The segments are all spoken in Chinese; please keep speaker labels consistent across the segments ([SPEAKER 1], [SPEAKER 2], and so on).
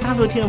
[SPEAKER 1] 大陆听众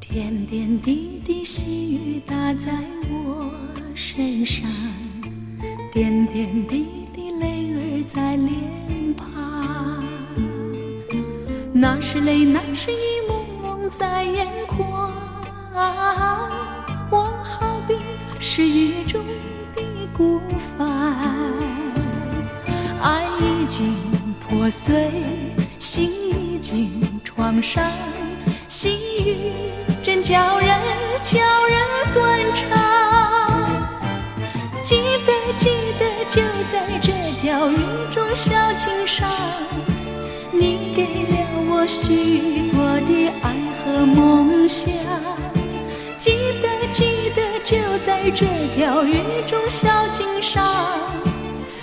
[SPEAKER 2] 点点滴滴细雨打在我身上，点点滴滴泪儿在脸庞。那是泪，那是一幕幕在眼眶。是雨中的孤帆，爱已经破碎，心已经创伤，细雨正悄然悄然断肠。记得记得，就在这条雨中小径上，你给了我许多的爱和梦想。记得记得，就在这条雨中小径上，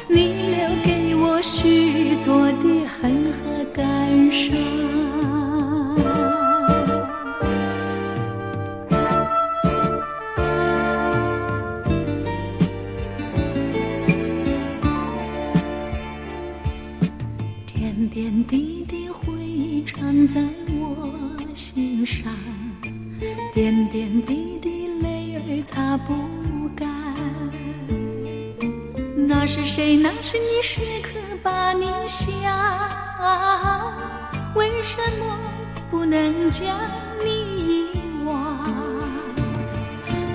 [SPEAKER 2] 你留给我许多的恨和感伤。点点滴滴回忆常在我心上，点点滴滴泪儿擦不干。那是谁？那是你时刻把你想，为什么不能将你遗忘？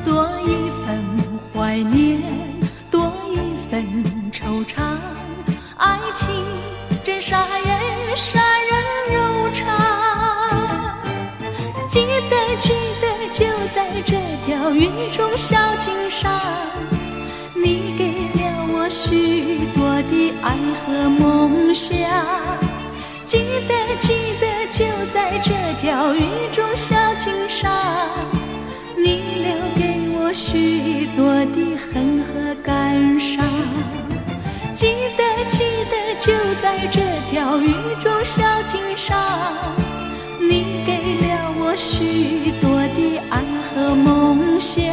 [SPEAKER 2] 多一份怀念，多一份惆怅。爱情真杀人，杀人柔肠。记得，记得，就在这条雨中小径上，你给了我许多的爱和梦想。记得，记得，就在这条雨中小径上，你留给我许多的恨和感伤。记得，记得，就在这条雨中小径上，你给了我许多的爱和梦想。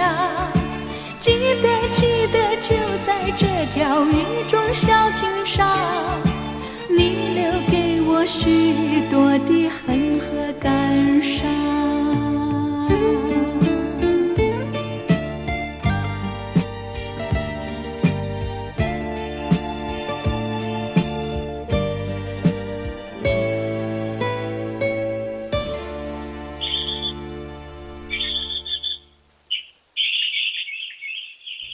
[SPEAKER 2] 记得，记得，就在这条雨中小径上，你留给我许多的恨和感伤。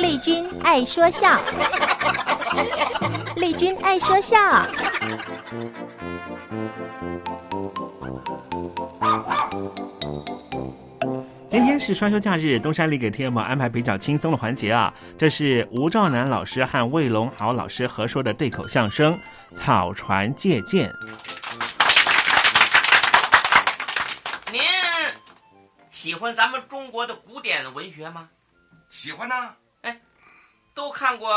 [SPEAKER 3] 丽君爱说笑，丽君爱说笑。
[SPEAKER 1] 今天是双休假日，东山里给天友们安排比较轻松的环节啊。这是吴兆南老师和魏龙豪老师合说的对口相声《草船借箭》。
[SPEAKER 4] 您喜欢咱们中国的古典文学吗？
[SPEAKER 5] 喜欢呐、
[SPEAKER 4] 哎，都看过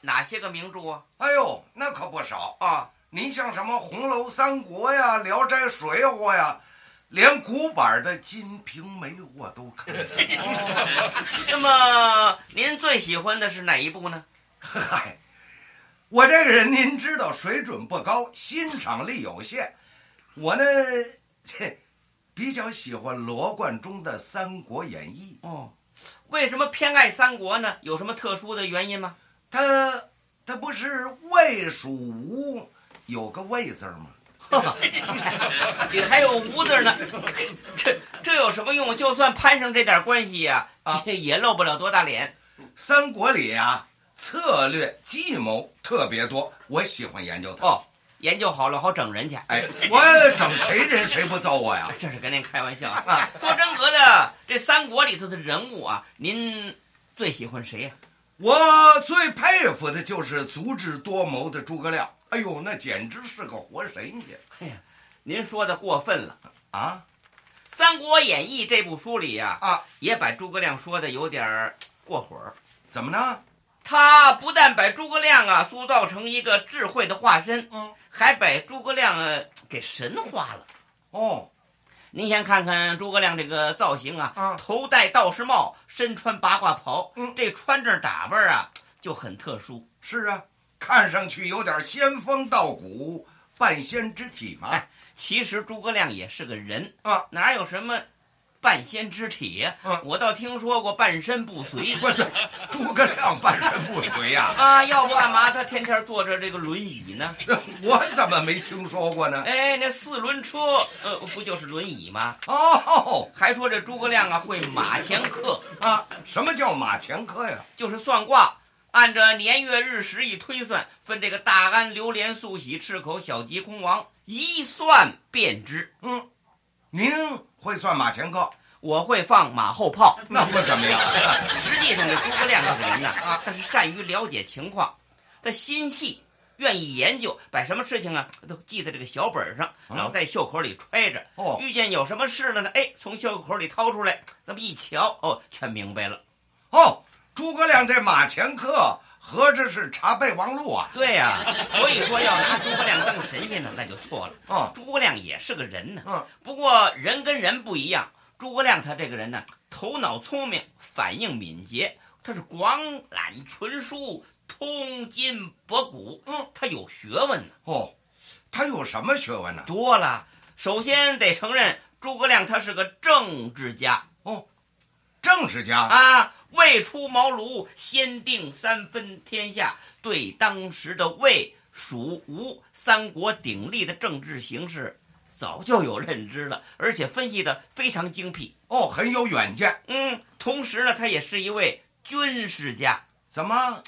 [SPEAKER 4] 哪些个名著啊？
[SPEAKER 5] 哎呦，那可不少
[SPEAKER 4] 啊！
[SPEAKER 5] 您像什么《红楼三国》呀，《聊斋水浒》呀，连古板的《金瓶梅》我都看。
[SPEAKER 4] 那么您最喜欢的是哪一部呢？
[SPEAKER 5] 嗨，我这个人您知道，水准不高，欣赏力有限。我呢，这比较喜欢罗贯中的《三国演义》。
[SPEAKER 4] 哦。
[SPEAKER 1] 为什么偏爱三国呢？有什么特殊的原因吗？
[SPEAKER 5] 他他不是魏蜀吴有个魏字 吗？
[SPEAKER 1] 里还有吴字呢，这这有什么用？就算攀上这点关系呀、啊，也露不了多大脸。
[SPEAKER 5] 三国里啊，策略计谋特别多，我喜欢研究它。
[SPEAKER 1] 哦，研究好了好整人去。
[SPEAKER 5] 哎，我整谁人谁不揍我呀？
[SPEAKER 1] 这是跟您开玩笑啊！ 说真格的，这三国里头的人物啊，您最喜欢谁呀、啊？
[SPEAKER 5] 我最佩服的就是足智多谋的诸葛亮。哎呦，那简直是个活神仙！
[SPEAKER 1] 哎呀，您说的过分了
[SPEAKER 5] 啊！
[SPEAKER 1] 《三国演义》这部书里呀、
[SPEAKER 5] 啊，啊，
[SPEAKER 1] 也把诸葛亮说的有点儿过火儿。
[SPEAKER 5] 怎么呢？
[SPEAKER 1] 他不但把诸葛亮啊塑造成一个智慧的化身，
[SPEAKER 5] 嗯，
[SPEAKER 1] 还把诸葛亮、啊、给神化了。
[SPEAKER 5] 哦，
[SPEAKER 1] 您先看看诸葛亮这个造型啊，
[SPEAKER 5] 啊
[SPEAKER 1] 头戴道士帽，身穿八卦袍，
[SPEAKER 5] 嗯，
[SPEAKER 1] 这穿着打扮啊就很特殊。
[SPEAKER 5] 是啊。看上去有点仙风道骨、半仙之体嘛。
[SPEAKER 1] 哎，其实诸葛亮也是个人
[SPEAKER 5] 啊，
[SPEAKER 1] 哪有什么半仙之体呀、
[SPEAKER 5] 啊？
[SPEAKER 1] 我倒听说过半身不 遂。
[SPEAKER 5] 不是，诸葛亮半身不遂呀、
[SPEAKER 1] 啊！啊，要不干嘛他天天坐着这个轮椅呢？
[SPEAKER 5] 我怎么没听说过呢？
[SPEAKER 1] 哎，那四轮车，呃，不就是轮椅吗？
[SPEAKER 5] 哦，
[SPEAKER 1] 还说这诸葛亮啊会马前课
[SPEAKER 5] 啊？什么叫马前课呀？
[SPEAKER 1] 就是算卦。按照年月日时一推算，分这个大安、榴莲、素喜、赤口、小吉、空王，一算便知。
[SPEAKER 5] 嗯，您会算马前课，
[SPEAKER 1] 我会放马后炮，
[SPEAKER 5] 那不怎么样。
[SPEAKER 1] 实际上，这诸葛亮这个人呢，啊，他是善于了解情况，他心细，愿意研究，把什么事情啊都记在这个小本上，老在袖口里揣着。
[SPEAKER 5] 哦，
[SPEAKER 1] 遇见有什么事了呢？哎，从袖口里掏出来，这么一瞧，哦，全明白了。
[SPEAKER 5] 哦。诸葛亮这马前客合着是查备忘录啊？
[SPEAKER 1] 对呀、啊，所以说要拿诸葛亮当神仙呢，那就错了。
[SPEAKER 5] 嗯，
[SPEAKER 1] 诸葛亮也是个人呢。
[SPEAKER 5] 嗯，
[SPEAKER 1] 不过人跟人不一样，诸葛亮他这个人呢，头脑聪明，反应敏捷，他是广览群书，通今博古。
[SPEAKER 5] 嗯，
[SPEAKER 1] 他有学问呢。
[SPEAKER 5] 哦，他有什么学问呢？
[SPEAKER 1] 多了。首先得承认，诸葛亮他是个政治家。
[SPEAKER 5] 哦，政治家
[SPEAKER 1] 啊。未出茅庐，先定三分天下。对当时的魏、蜀、吴三国鼎立的政治形势，早就有认知了，而且分析的非常精辟。
[SPEAKER 5] 哦，很有远见。
[SPEAKER 1] 嗯，同时呢，他也是一位军事家。
[SPEAKER 5] 怎么？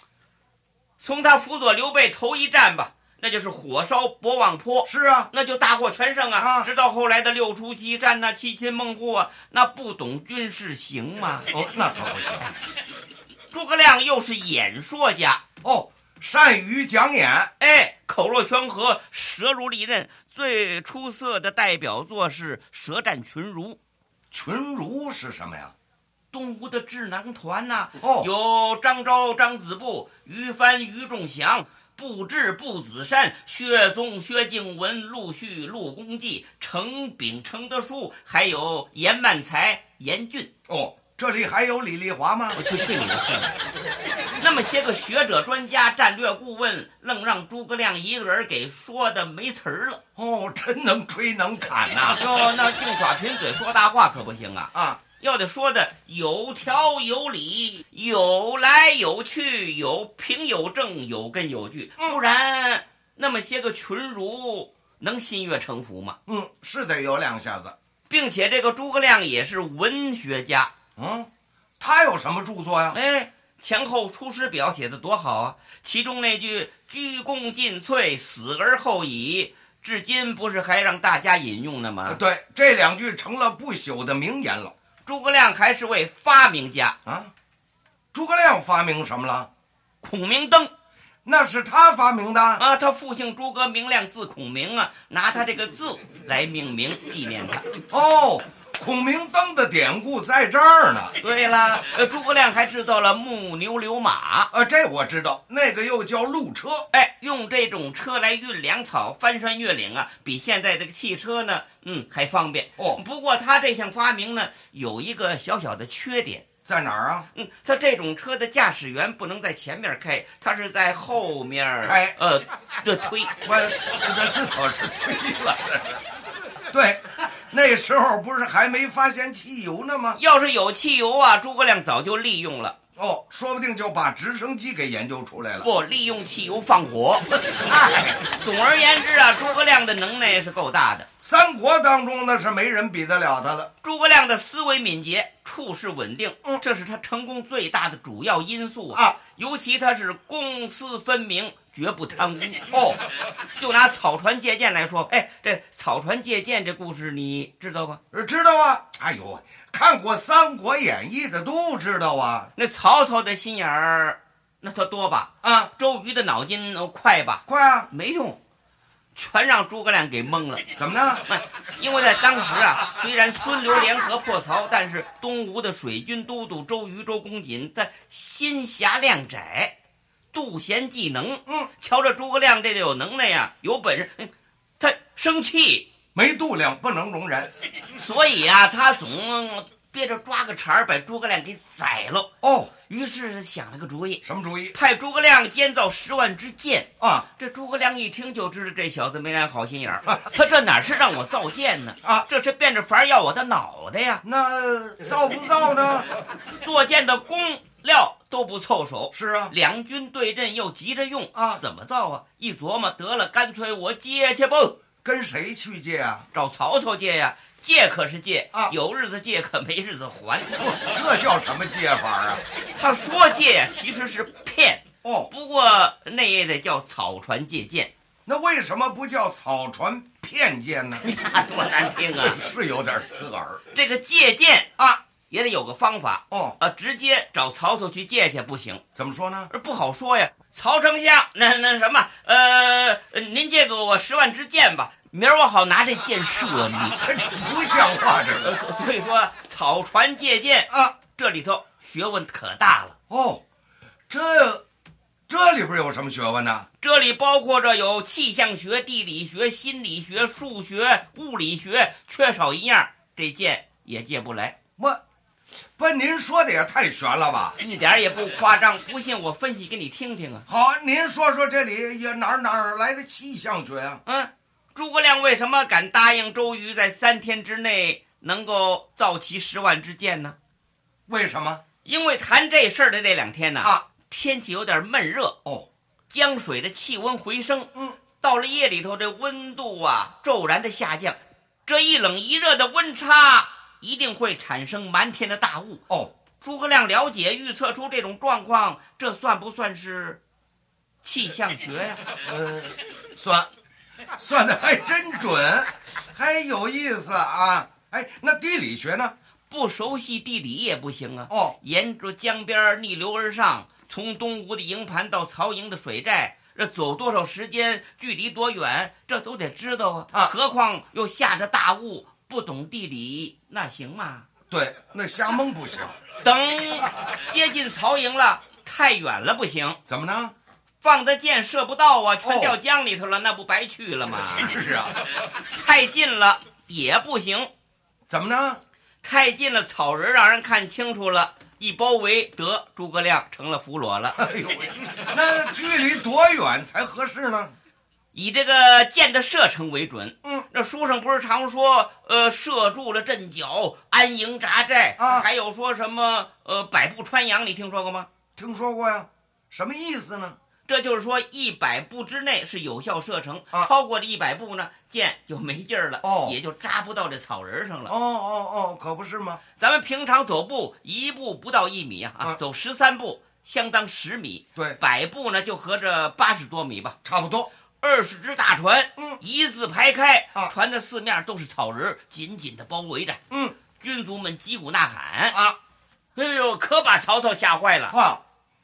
[SPEAKER 1] 从他辅佐刘备头一战吧，那就是火烧博望坡。
[SPEAKER 5] 是啊，
[SPEAKER 1] 那就大获全胜啊！
[SPEAKER 5] 啊
[SPEAKER 1] 直到后来的六出祁战呐、啊、七擒孟获啊，那不懂军事行吗？
[SPEAKER 5] 哦，那可不行。
[SPEAKER 1] 诸葛亮又是演说家
[SPEAKER 5] 哦，善于讲演，
[SPEAKER 1] 哎，口若悬河，舌如利刃。最出色的代表作是《舌战群儒》。
[SPEAKER 5] 群儒是什么呀？
[SPEAKER 1] 东吴的智囊团呐、啊，
[SPEAKER 5] 哦，
[SPEAKER 1] 有张昭、张子布、于翻、于仲祥、布置、布子山、薛宗、薛敬文、陆续、陆公济、程炳、程德书，还有严曼才、严俊。
[SPEAKER 5] 哦。这里还有李丽华吗？
[SPEAKER 1] 我去去你的！那么些个学者、专家、战略顾问，愣让诸葛亮一个人给说的没词儿了。
[SPEAKER 5] 哦，真能吹能侃呐、啊！
[SPEAKER 1] 哟、哦，那净耍贫嘴说大话可不行啊！
[SPEAKER 5] 啊，
[SPEAKER 1] 要得说的有条有理，有来有去，有凭有证，有根有据，不然那么些个群儒能心悦诚服吗？
[SPEAKER 5] 嗯，是得有两下子，
[SPEAKER 1] 并且这个诸葛亮也是文学家。
[SPEAKER 5] 嗯，他有什么著作呀？
[SPEAKER 1] 哎，前后《出师表》写的多好啊！其中那句“鞠躬尽瘁，死而后已”，至今不是还让大家引用呢吗？
[SPEAKER 5] 啊对，这两句成了不朽的名言了。
[SPEAKER 1] 诸葛亮还是位发明家
[SPEAKER 5] 啊！诸葛亮发明什么了？
[SPEAKER 1] 孔明灯，
[SPEAKER 5] 那是他发明的
[SPEAKER 1] 啊！他父姓诸葛，明亮，字孔明啊，拿他这个字来命名纪念他。
[SPEAKER 5] 哦。孔明灯的典故在这儿呢。
[SPEAKER 1] 对了，呃，诸葛亮还制造了木牛流马，
[SPEAKER 5] 呃，这我知道，那个又叫路车。
[SPEAKER 1] 哎，用这种车来运粮草，翻山越岭啊，比现在这个汽车呢，嗯，还方便。
[SPEAKER 5] 哦，
[SPEAKER 1] 不过他这项发明呢，有一个小小的缺点，
[SPEAKER 5] 在哪儿啊？
[SPEAKER 1] 嗯，他这种车的驾驶员不能在前面开，他是在后面
[SPEAKER 5] 开，
[SPEAKER 1] 呃，这推。
[SPEAKER 5] 我，这这可是推了，对。那时候不是还没发现汽油呢吗？
[SPEAKER 1] 要是有汽油啊，诸葛亮早就利用了。
[SPEAKER 5] 哦，说不定就把直升机给研究出来了。
[SPEAKER 1] 不利用汽油放火。哎总而言之啊，诸葛亮的能耐是够大的。
[SPEAKER 5] 三国当中那是没人比得了他了。
[SPEAKER 1] 诸葛亮的思维敏捷，处事稳定，这是他成功最大的主要因素
[SPEAKER 5] 嗯啊！
[SPEAKER 1] 尤其他是公私分明，绝不贪污。
[SPEAKER 5] 哦，
[SPEAKER 1] 就拿草船借箭来说，哎，这草船借箭这故事你知道吗？
[SPEAKER 5] 知道啊！哎呦，看过《三国演义》的都知道啊。
[SPEAKER 1] 那曹操的心眼儿，那他多吧？
[SPEAKER 5] 啊，
[SPEAKER 1] 周瑜的脑筋呃快吧？
[SPEAKER 5] 快啊！
[SPEAKER 1] 没用，全让诸葛亮给蒙了。
[SPEAKER 5] 怎么呢？
[SPEAKER 1] 哎， 因为在当时啊，虽然孙刘联合破曹，但是东吴的水军都督周瑜、周公瑾他心狭量窄，妒贤技能。
[SPEAKER 5] 嗯，
[SPEAKER 1] 瞧着诸葛亮这个有能耐呀、有本事，哎他生气，
[SPEAKER 5] 没度量不能容忍。
[SPEAKER 1] 所以啊，他总憋着抓个茬儿把诸葛亮给宰了。
[SPEAKER 5] 哦，
[SPEAKER 1] 于是想了个主意，
[SPEAKER 5] 什么主意
[SPEAKER 1] 派诸葛亮监造十万支箭。
[SPEAKER 5] 啊？
[SPEAKER 1] 这诸葛亮一听就知道这小子没安好心眼儿，他这哪是让我造箭呢？
[SPEAKER 5] 啊
[SPEAKER 1] 这是变着法儿要我的脑袋呀！
[SPEAKER 5] 那造不造呢？
[SPEAKER 1] 做箭的工料都不凑手，
[SPEAKER 5] 是啊，
[SPEAKER 1] 两军对阵又急着用
[SPEAKER 5] 啊
[SPEAKER 1] 怎么造啊？一琢磨，得了，干脆我借去吧，
[SPEAKER 5] 跟谁去借啊？
[SPEAKER 1] 找曹操借呀！借可是借
[SPEAKER 5] 啊
[SPEAKER 1] 有日子借可没日子还。
[SPEAKER 5] 这叫什么借法啊？
[SPEAKER 1] 他说借呀，其实是骗。
[SPEAKER 5] 哦，
[SPEAKER 1] 不过那也得叫草船借箭，
[SPEAKER 5] 那为什么不叫草船骗箭呢？
[SPEAKER 1] 那多难听 啊！
[SPEAKER 5] 是有点刺耳
[SPEAKER 1] 这个借箭啊，也得有个方法
[SPEAKER 5] 哦。
[SPEAKER 1] 啊，直接找曹操去借去不行，
[SPEAKER 5] 怎么说呢？
[SPEAKER 1] 而不好说呀。曹丞相，那那什么，呃，呃您借给我十万支箭吧，明儿我好拿这箭射你。
[SPEAKER 5] 这不像话，这
[SPEAKER 1] 呃
[SPEAKER 5] 个
[SPEAKER 1] 所所以说，草船借箭
[SPEAKER 5] 啊！
[SPEAKER 1] 这里头学问可大了，
[SPEAKER 5] 哦，这这里边有什么学问呢？
[SPEAKER 1] 这里包括着有气象学、地理学、心理学、数学、物理学，缺少一样，这箭也借不来。
[SPEAKER 5] 我不，您说的也太悬了吧？
[SPEAKER 1] 一点儿也不夸张，不信我分析给你听听啊。
[SPEAKER 5] 好，您说说这里也哪儿哪儿来的气象学啊？
[SPEAKER 1] 嗯，诸葛亮为什么敢答应周瑜在三天之内能够造齐十万支箭呢？
[SPEAKER 5] 为什么？
[SPEAKER 1] 因为谈这事儿的那两天呢，
[SPEAKER 5] 啊，
[SPEAKER 1] 天气有点闷热，
[SPEAKER 5] 哦，
[SPEAKER 1] 江水的气温回升，
[SPEAKER 5] 嗯，
[SPEAKER 1] 到了夜里头，这温度啊骤然的下降，这一冷一热的温差一定会产生瞒天的大雾。
[SPEAKER 5] 哦，
[SPEAKER 1] 诸葛亮了解预测出这种状况，这算不算是气象学 呀、
[SPEAKER 5] 呃，算，算的还真准，还有意思啊！哎，那地理学呢？
[SPEAKER 1] 不熟悉地理也不行啊。
[SPEAKER 5] 哦，
[SPEAKER 1] 沿着江边儿逆流而上，从东吴的营盘到曹营的水寨，这走多少时间，距离多远，这都得知道啊！
[SPEAKER 5] 啊
[SPEAKER 1] 何况又下着大雾，不懂地理那行吗？
[SPEAKER 5] 对，那瞎蒙不行，
[SPEAKER 1] 等接近曹营了，太远了不行，
[SPEAKER 5] 怎么呢？
[SPEAKER 1] 放的箭射不到啊，全
[SPEAKER 5] 哦
[SPEAKER 1] 掉江里头了，那不白去了吗？
[SPEAKER 5] 是啊，
[SPEAKER 1] 太近了也不行，
[SPEAKER 5] 怎么呢？
[SPEAKER 1] 太近了草人让人看清楚了，一包围得诸葛亮成了俘虏了。
[SPEAKER 5] 哎呦喂， 那距离多远才合适呢？
[SPEAKER 1] 以这个箭的射程为准。
[SPEAKER 5] 嗯，
[SPEAKER 1] 那书上不是常说，呃，射住了阵脚，安营扎寨
[SPEAKER 5] 啊
[SPEAKER 1] 还有说什么呃，百步穿杨，你听说过吗？
[SPEAKER 5] 听说过呀，什么意思呢？
[SPEAKER 1] 这就是说，一百步之内是有效射程，
[SPEAKER 5] 啊
[SPEAKER 1] 超过这一百步呢，箭就没劲儿了，
[SPEAKER 5] 哦
[SPEAKER 1] 也就扎不到这草人上了。
[SPEAKER 5] 哦哦哦，可不是吗？
[SPEAKER 1] 咱们平常走步，一步不到一米啊，
[SPEAKER 5] 啊
[SPEAKER 1] 走十三步相当十米，
[SPEAKER 5] 对
[SPEAKER 1] 百步呢就合着八十多米吧。
[SPEAKER 5] 差不多。
[SPEAKER 1] 二十只大船，
[SPEAKER 5] 嗯
[SPEAKER 1] 一字排开，
[SPEAKER 5] 啊
[SPEAKER 1] 船的四面都是草人，紧紧的包围着。
[SPEAKER 5] 嗯
[SPEAKER 1] 军卒们击鼓呐喊，
[SPEAKER 5] 啊
[SPEAKER 1] 哎呦，可把曹操吓坏了。
[SPEAKER 5] 啊，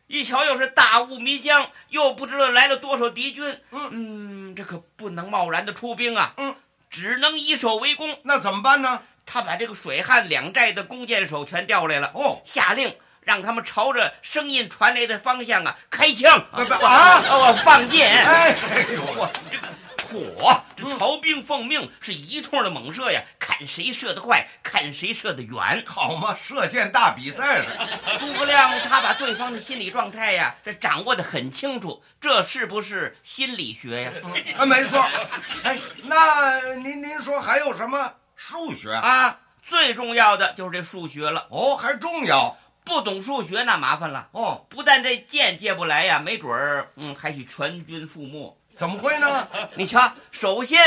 [SPEAKER 1] 一瞧又是大雾迷江，又不知道来了多少敌军。
[SPEAKER 5] 嗯
[SPEAKER 1] 嗯，这可不能贸然的出兵啊。
[SPEAKER 5] 嗯，
[SPEAKER 1] 只能以守为攻。
[SPEAKER 5] 那怎么办呢？
[SPEAKER 1] 他把这个水旱两寨的弓箭手全调来了，
[SPEAKER 5] 哦，
[SPEAKER 1] 下令让他们朝着声音传来的方向啊开枪
[SPEAKER 5] 不不
[SPEAKER 1] 啊
[SPEAKER 5] 啊
[SPEAKER 1] 哦放箭。
[SPEAKER 5] 哎，哎呦
[SPEAKER 1] 哇
[SPEAKER 5] 我，
[SPEAKER 1] 这个火，这曹兵奉命是一通的猛射呀，看谁射得快，看谁射得远。
[SPEAKER 5] 好嘛，射箭大比赛似的。
[SPEAKER 1] 诸葛亮他把对方的心理状态呀，这掌握的很清楚，这是不是
[SPEAKER 5] 嗯
[SPEAKER 1] 心理学呀？
[SPEAKER 5] 啊，没错。哎，那您您说还有什么数学
[SPEAKER 1] 啊，最重要的就是这数学了。
[SPEAKER 5] 哦，还重要。
[SPEAKER 1] 不懂数学那麻烦了
[SPEAKER 5] 哦，
[SPEAKER 1] 不但这箭接不来呀，没准儿嗯还得全军覆没。
[SPEAKER 5] 怎么会呢？
[SPEAKER 1] 你瞧，首先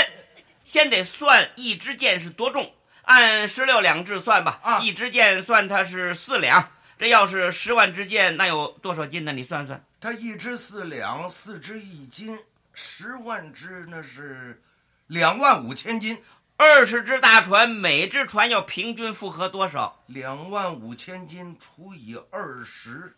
[SPEAKER 1] 先得算一支箭是多重，按十六两制算吧。
[SPEAKER 5] 啊
[SPEAKER 1] 一支箭算它是四两，这要是十万支箭，那有多少斤呢？你算算。
[SPEAKER 5] 它一只四两，四只一斤，十万只那是两万五千斤，
[SPEAKER 1] 二十只大船，每只船要平均负荷多少？
[SPEAKER 5] 两万五千斤除以二十，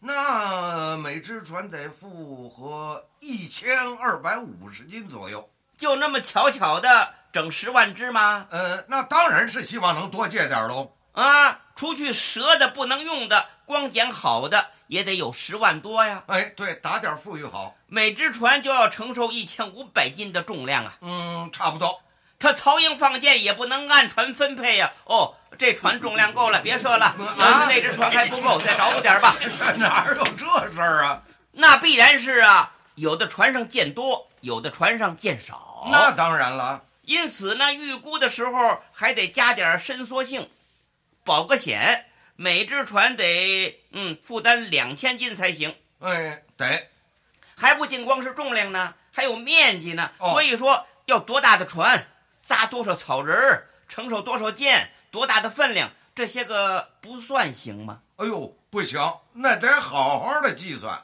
[SPEAKER 5] 那每只船得负荷一千二百五十斤左右。
[SPEAKER 1] 就那么巧巧的整十万只吗？
[SPEAKER 5] 呃，那当然是希望能多借点喽。
[SPEAKER 1] 啊，除去折的不能用的，光捡好的也得有十万多呀。
[SPEAKER 5] 哎，对，打点富裕好。
[SPEAKER 1] 每只船就要承受一千五百斤的重量啊！
[SPEAKER 5] 嗯，差不多。
[SPEAKER 1] 他曹营放箭也不能按船分配呀、哦，这船重量够了，别射了。啊，那只船还不够，再找补点 吧。
[SPEAKER 5] 这哪有这事儿啊？
[SPEAKER 1] 那必然是啊，有的船上箭多，有的船上箭少。
[SPEAKER 5] 那当然了。
[SPEAKER 1] 因此呢，预估的时候还得加点伸缩性，保个险。每只船得嗯负担两千斤才行。
[SPEAKER 5] 哎，得。
[SPEAKER 1] 还不仅光是重量呢，还有面积呢。
[SPEAKER 5] 哦
[SPEAKER 1] 所以说，要多大的船，扎多少草人儿，承受多少箭，多大的分量，这些个不算行吗？
[SPEAKER 5] 哎呦，不行，那得好好的计算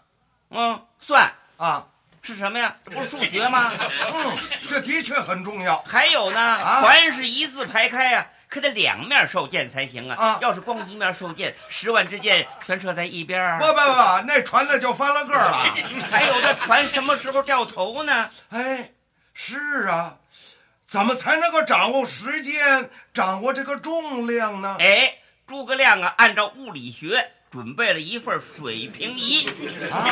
[SPEAKER 1] 嗯，算
[SPEAKER 5] 啊。
[SPEAKER 1] 是什么呀？这不是数学吗？
[SPEAKER 5] 嗯，这的确很重要。
[SPEAKER 1] 还有呢，
[SPEAKER 5] 啊
[SPEAKER 1] 船是一字排开啊，可得两面受箭才行啊。
[SPEAKER 5] 啊
[SPEAKER 1] 要是光一面受箭，十万支箭全射在一边
[SPEAKER 5] 不
[SPEAKER 1] 儿。
[SPEAKER 5] 不不，那船呢就翻了个儿了。
[SPEAKER 1] 还有这船什么时候掉头呢？
[SPEAKER 5] 哎，是啊，怎么才能够掌握时间，掌握这个重量呢？
[SPEAKER 1] 哎，诸葛亮啊，按照物理学准备了一份水平仪。
[SPEAKER 5] 啊，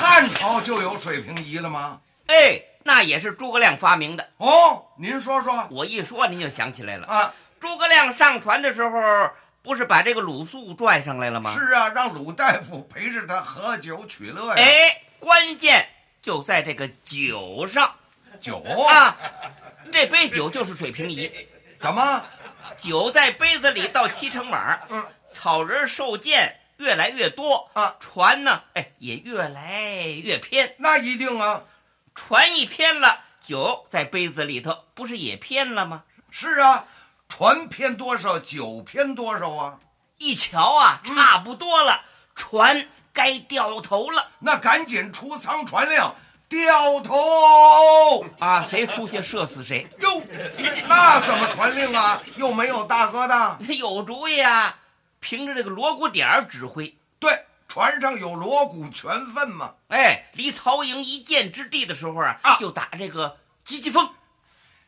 [SPEAKER 5] 汉朝就有水平仪了吗？
[SPEAKER 1] 哎，那也是诸葛亮发明的。
[SPEAKER 5] 哦，您说说
[SPEAKER 1] 我一说您就想起来了。
[SPEAKER 5] 啊。
[SPEAKER 1] 诸葛亮上船的时候，不是把这个鲁肃拽上来了吗？。
[SPEAKER 5] 是啊，让鲁大夫陪着他喝酒取乐呀。
[SPEAKER 1] 哎，关键就在这个酒上
[SPEAKER 5] 酒，
[SPEAKER 1] 啊！这杯酒就是水平仪，
[SPEAKER 5] 怎么？
[SPEAKER 1] 酒在杯子里到七成满，
[SPEAKER 5] 嗯，
[SPEAKER 1] 草人受箭越来越多
[SPEAKER 5] 啊
[SPEAKER 1] 船呢，哎，也越来越偏。
[SPEAKER 5] 那一定啊。
[SPEAKER 1] 船一偏了，酒在杯子里头不是也偏了吗？
[SPEAKER 5] 是啊，船偏多少，酒偏多少啊？
[SPEAKER 1] 一瞧啊，差不多了，船该掉头了
[SPEAKER 5] 那赶紧出舱船辆，掉头
[SPEAKER 1] 啊！谁出去射死谁，
[SPEAKER 5] 哟！那那怎么传令啊？又没有大哥大。
[SPEAKER 1] 有主意啊！凭着这个锣鼓点儿指挥，
[SPEAKER 5] 对，船上有锣鼓全分嘛。
[SPEAKER 1] 哎，离曹营一箭之地的时候啊，
[SPEAKER 5] 啊
[SPEAKER 1] 就打这个急急风，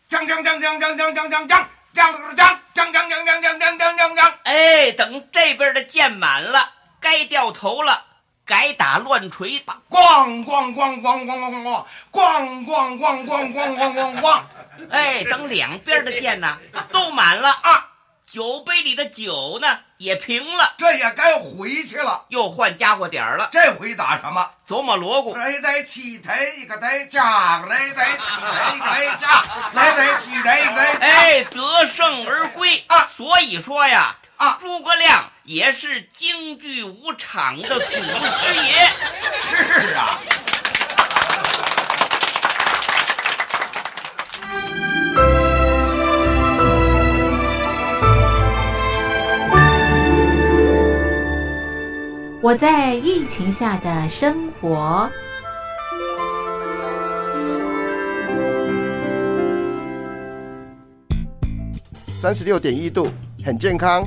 [SPEAKER 5] 将将将将将将将将将将将将将将将将将将将将将。
[SPEAKER 1] 哎，等这边的箭满了，该掉头了，改打乱锤吧。
[SPEAKER 5] 咣咣咣咣咣咣咣咣咣咣咣咣咣咣咣，
[SPEAKER 1] 哎，等两边的箭呢 都满了啊，酒杯里的酒呢也平了，
[SPEAKER 5] 这也该回去了。
[SPEAKER 1] 又换家伙点儿了，
[SPEAKER 5] 这回打什么？
[SPEAKER 1] 琢磨锣鼓。
[SPEAKER 5] 来得起抬一个抬架，来得起抬一个抬架，来得起抬一个抬架。
[SPEAKER 1] 哎，得胜而归
[SPEAKER 5] 啊
[SPEAKER 1] 所以说呀，
[SPEAKER 5] 啊
[SPEAKER 1] 诸葛亮也是京剧舞场的祖师爷。
[SPEAKER 5] 是啊。
[SPEAKER 6] 我在疫情下的生活。
[SPEAKER 7] 三十六点一度，很健康。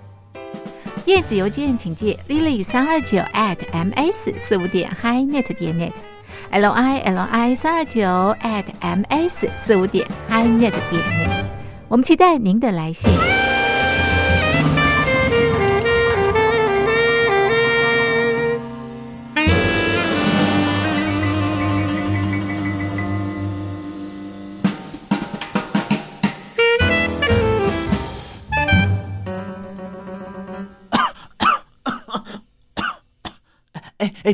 [SPEAKER 2] 电子邮件请寄 lily 三二九 at m s 四五点 highnet 点 net，l i l i 三二九 at m s 四五点 highnet 点 net。我们期待您的来信。
[SPEAKER 8] 哎哎，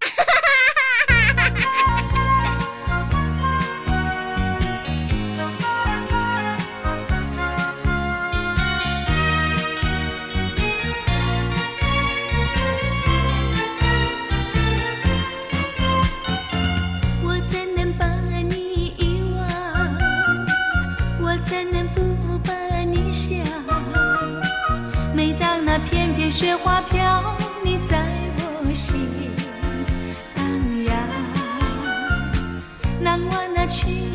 [SPEAKER 9] 我怎能把你遗忘？我怎能不把你想？每当那片片雪花飘，你在我心荡漾。难忘那去